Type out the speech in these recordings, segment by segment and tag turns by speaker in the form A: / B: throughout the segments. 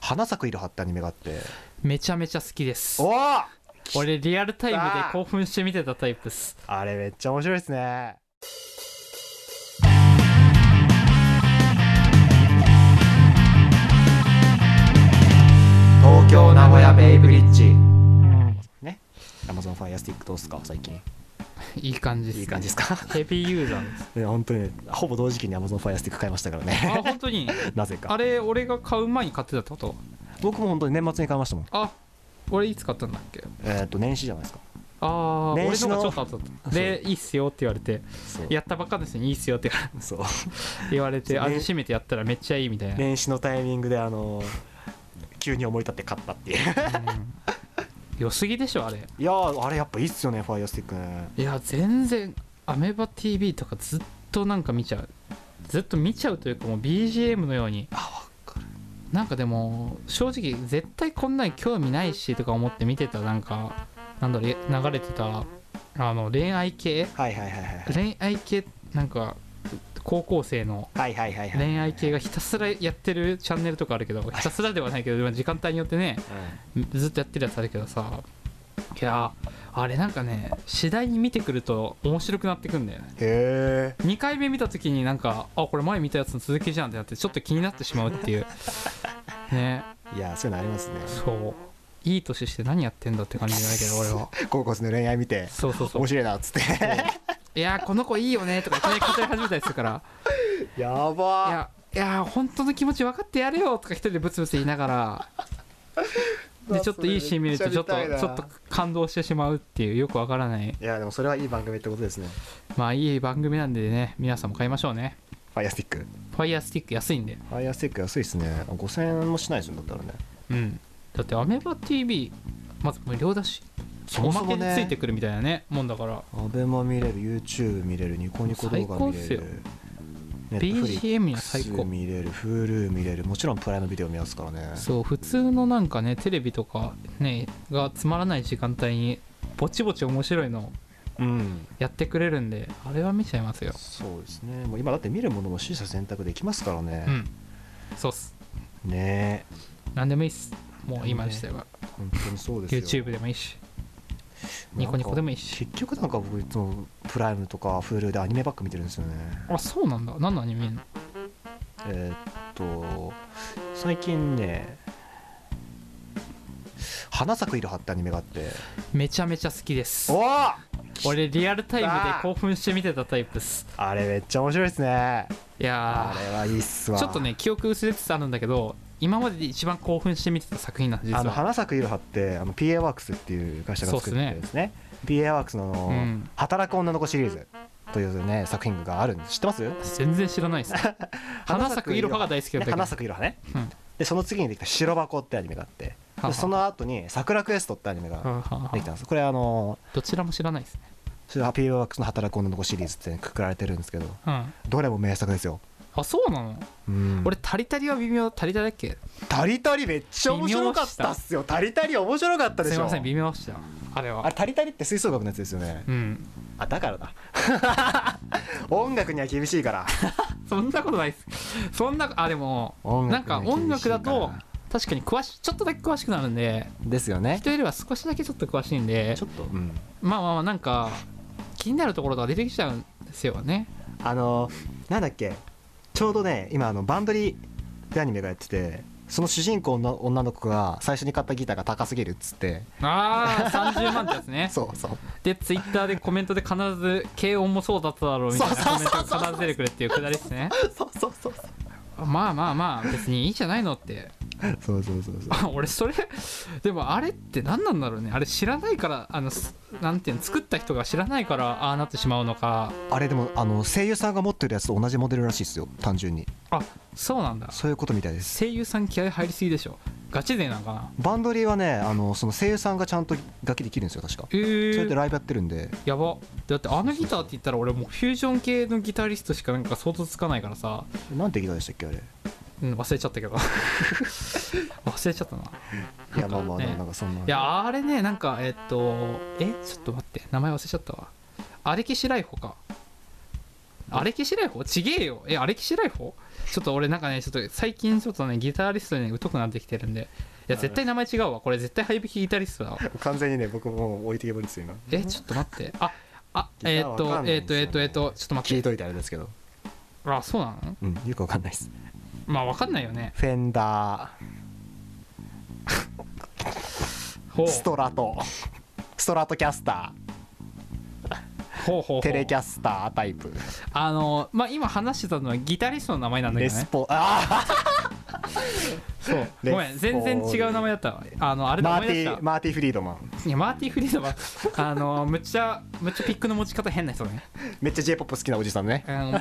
A: 花咲く色張ってアニメがあって
B: めちゃめちゃ好きです
A: おお
B: 俺リアルタイムで興奮して見てたタイプっす
A: あれめっちゃ面白いですね東京名古屋ベイブリッジね Amazon Fire Stick どうっすか最近
B: いい感じです、ね、
A: いい感じですか
B: ヘビーユーザーです
A: ね本当にほぼ同時期に Amazon Fire Stick 買いましたから
B: あ
A: ね
B: 本当に
A: なぜ
B: あ
A: か
B: れ俺が買う前に買ってたってこと
A: 僕も本当に年末に買いましたもん
B: あ俺いつ買ったんだっけ
A: えーっと年始じゃないですか
B: ああ
A: 年
B: 俺
A: 始の
B: のがちょっと後だったでいいっすよって言われて
A: そう
B: やったばっかですよねいいっすよって
A: そう
B: 言わ れて
A: そうね
B: 味しめてやったらめっちゃいいみたいな、
A: 年始のタイミングであの急に思い立って買ったっていう
B: うん良すぎでしょあれ
A: いやーあれやっぱいいっすよねファイアスティックね
B: いや全然アメバ TV とかずっとなんか見ちゃうずっと見ちゃうというかもう BGM のように
A: あわかる
B: なんかでも正直絶対こんなん興味ないしとか思って見てたなんかなんだろうえ流れてたあの恋愛系
A: はいはいはいはい
B: 恋愛系なんか高校生の
A: はいはいはいはい
B: 恋愛系がひたすらやってるチャンネルとかあるけどひたすらではないけどまあ時間帯によってねずっとやってるやつあるけどさいやあれなんかね次第に見てくると面白くなってくんだよね
A: へえ
B: 2回目見た時になんかあこれ前見たやつの続きじゃんってなってちょっと気になってしまうっていうね
A: いやそういうのありますね
B: そういい年して何やってんだって感じじゃないけど俺は
A: 高校生の恋愛見て
B: そうそうそう
A: 面白いなっつって
B: いやこの子いいよねとかいきなり語り始めたりするから
A: や
B: い
A: ば
B: やいや本当の気持ち分かってやれよとか一人でブツブツ言いながらでちょっといいシーン見るとちょっとちょっと感動してしまうっていうよくわからない
A: いやでもそれはいい番組ってことですね
B: まあいい番組なんでね皆さんも買いましょうね
A: ファイアスティック
B: ファイヤースティック安いんで
A: ファイアスティック安いっすね5000円もしないですよだったらね
B: うんだってアメバ TV まず無料だし
A: そもそもね
B: おまけについてくるみたいなねもんだから
A: アベマ見れる YouTube 見れるニコニコ動画見れ
B: 最
A: る
B: 高っすよ BGM には最
A: Netflix
B: 高
A: 見れる Hulu 見れるもちろんプライムビデオ見ますからね
B: そう普通のなんかねテレビとかねがつまらない時間帯にぼちぼち面白いのを
A: うん
B: やってくれるんであれは見ちゃいますよ
A: そうですねもう今だって見るものも取捨選択できますから
B: う
A: ね、
B: んそうっす
A: ねえ
B: 何でもいいっすもう今にしては
A: 本当にそうですよ
B: YouTube でもいいしニコニコでもいいし
A: 結局なんか僕いつもプライムとか Hulu でアニメばっか見てるんですよね
B: あそうなんだ何のアニメ見んの
A: えーっと最近ね「花咲く色」ってアニメがあって
B: めちゃめちゃ好きです
A: おお
B: 俺リアルタイムで興奮して見てたタイプっす
A: あれめっちゃ面白いですね
B: いや
A: あれはいいっす
B: ー
A: わ
B: ちょっとね記憶薄れつつあるんだけど今までで一番興奮して見てた作品なんです実
A: あの
B: は
A: 花咲くいろはってあの PA ワークスっていう会社が作ってるんですね PA ワークスのあの、
B: うん
A: 働く女の子」シリーズというね作品があるんです知ってます
B: 全然知らないっす 花咲くいろはが大好きだっ
A: ね
B: たけど
A: 花咲くいろはね
B: うん
A: でその次にできた「白箱」ってアニメがあって
B: は
A: で
B: は
A: その後に「桜クエスト」ってアニメが
B: はあはあ
A: できたんですこれあの
B: どちらも知らないですね。
A: それは PA ワークスの働く女の子シリーズってくくられてるんですけど
B: うん。
A: どれも名作ですよ
B: あ、そうなの、
A: うん
B: 俺、タリタリは微妙、タリタリだっけ
A: タリタリめっちゃ面白かったっすよタリタリ面白かったでしょ
B: すいません、微妙でした。あれは。
A: あれタリタリって吹奏楽のやつですよね
B: うん。
A: あだからだ 音楽には厳しいから
B: そんなことないです。そんな、あ、でも、
A: 音
B: なん
A: 楽
B: か
A: には
B: 音
A: 厳しい
B: 楽
A: から
B: だと、確かに詳しちょっとだけ詳しくなるんで、
A: ですよね
B: 人よりは少しだけちょっと詳しいんで
A: ち、ょっと、うん、
B: まあまあまあ、なんか、気になるところとか出てきちゃうんですよね。
A: あのなんだっけちょうどね今あのバンドリでアニメがやっててその主人公の女の子が最初に買ったギターが高すぎるっつって
B: ああ、30万ってやつね。
A: そうそう
B: で、ツイッターでコメントで必ず、軽音もそうだっただろうみたいなコメントが必ず出てくるっていうくだりですね。
A: そうそうそうそう
B: まあまあまあ、別にいいじゃないのって。
A: そうそうそうそう
B: あ俺それでもあれって何なんだろうねあれ知らないからあのすなんていうの作った人が知らないからああなってしまうのか
A: あれでもあの声優さんが持ってるやつと同じモデルらしいですよ単純に
B: あそうなんだ
A: そういうことみたいです
B: 声優さん気合入りすぎでしょガチ勢なんかな
A: バンドリーはねあのその声優さんがちゃんと楽器できるんですよ確か
B: え
A: それで
B: ー、
A: ライブやってるんで
B: やばだってあのギターって言ったら俺もうフュージョン系のギタリストしかなんか想像つかないからさ、
A: なんてギターでしたっけあれ
B: うん、忘れちゃっ たけど忘れちゃったない
A: やまあまあ、
B: ね
A: でもなんかそんない
B: やあれねなんかえっとえちょっと待って名前忘れちゃったわアレキシライホかアレキシライフちげえよえアレキシライフちょっと俺なんかねちょっと最近ちょっとねギタリストに、ね、疎くなってきてるんでいや絶対名前違うわこれ絶対ハイビキギタリストだわ
A: 完全にね僕もう置いてけぼりですよ今
B: えちょっと待ってああ
A: ギタ
B: え
A: ー
B: ーっ
A: わか
B: と
A: んない
B: え
A: ん
B: ー
A: です
B: っと
A: よね
B: えーっとえーっとちょっと待
A: 聞
B: っ
A: い
B: て
A: といてあれですけど
B: あそうなの
A: うんよくわかんないです
B: まあわかんないよね
A: フェンダー
B: ほう
A: ストラトストラトキャスタ
B: ほうほうほう
A: ーテレキャスタータイプ
B: あのまあ今話してたのはギタリストの名前なんだけ
A: レ
B: ど
A: ス
B: ね
A: ポあ
B: そう
A: レ
B: ごめん
A: スポ
B: 全然違う名前だったわあのあ
A: あ
B: れだ
A: マー
B: 思
A: テ
B: い出し
A: ィ
B: た
A: マーティフリードマン
B: いやマーティ・フリー ドはあのむっちゃむっちゃピックの持ち方変な人ね
A: めっちゃ J−POP 好きなおじさんね
B: あの好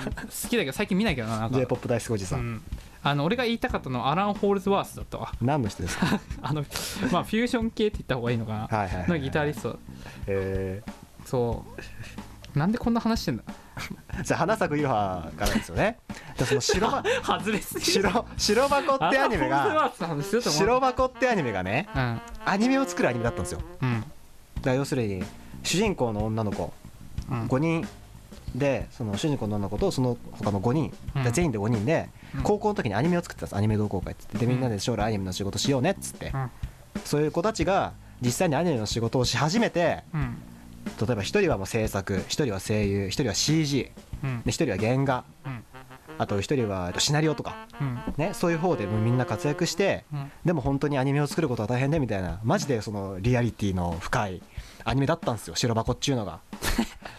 B: きだけど最近見ないけどななんか
A: J−POP 大好きおじさ
B: うんん、あの俺が言いたかったのはアラン・ホールズワースだったわ
A: 何の人です か
B: あのまあフュージョン系って言った方がいいのかな、
A: はいはいはい
B: のギタリスト
A: え
B: そうなんでこんな話してんだ
A: ーじゃあ花咲くユハからですよ ねじゃあその白ば
B: 外れすぎる
A: 白白箱ってアニメ
B: アラン・ホールズワ
A: が
B: ースの話すると思う
A: 白箱ってアニメがね
B: うん
A: アニメを作るアニメだったんですよ
B: うん
A: だから要するに主人公の女の子
B: うん
A: 5人でその主人公の女の子とその他の5人、
B: うん
A: 全員で5人で
B: うん
A: 高校の時にアニメを作ってたんですアニメ同好会っつってでみんなで将来アニメの仕事しようねっつって、
B: うん
A: そういう子たちが実際にアニメの仕事をし始めて
B: うん
A: 例えば1人はもう制作1人は声優1人は CG
B: うん
A: で1人は原画
B: うん
A: あと1人はえっとシナリオとか、
B: うん
A: ね、そういう方でもうみんな活躍して
B: うん
A: でも本当にアニメを作ることは大変でみたいなマジでそのリアリティの深いアニメだったんですよ白箱っちゅう のが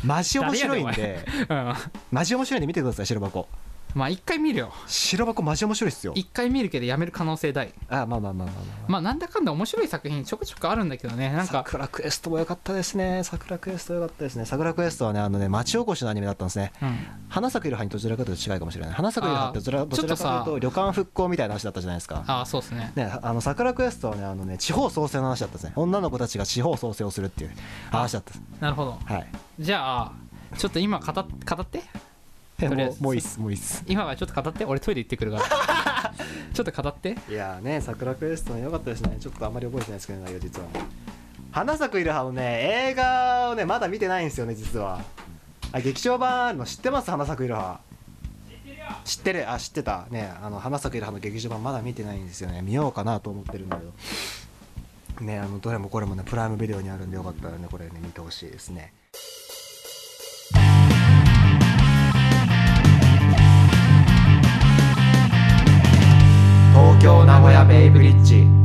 A: マジ面白いん
B: 誰や
A: で
B: うん
A: マジ面白いんで見てください白箱
B: まあ一回見るよ
A: 白箱マジ面白いっすよ
B: 一回見るけどやめる可能性大
A: あまあまあまあまあまあ、ま
B: まあなんだかんだ面白い作品ちょくちょくあるんだけどね
A: あ、
B: なんか
A: 桜クエストも良かったですね桜クエスト良かったですね桜クエストはねあのね町おこしのアニメだったんですね
B: うん
A: 花咲くいろはにどちらかというと違うかもしれない花咲くいろはってどちら
B: あー
A: どちらか
B: ちょ
A: という
B: っとさ
A: と旅館復興みたいな話だったじゃないですか
B: ああそうですね
A: ね、あの桜クエストはねあのね地方創生の話だったんですね女の子たちが地方創生をするっていう話だったんです
B: なるほど
A: はい
B: じゃあちょっと今語っ語って
A: え
B: とりあえ
A: も
B: ず
A: うもういいっすもういいっす
B: 今はちょっと語って俺トイレ行ってくるからちょっと語って
A: いやーね桜クエストね良かったですねちょっとあんまり覚えてないですけどね内容実は花咲くいろはのね映画をねまだ見てないんですよね実はあ劇場版あるの知ってます花咲くいろは知ってるあ知ってたねあの花咲くいろはの劇場版まだ見てないんですよね見ようかなと思ってるんだけどねあのどれもこれもねプライムビデオにあるんでよかったらねこれね見てほしいですね東京名古屋ベイブリッジ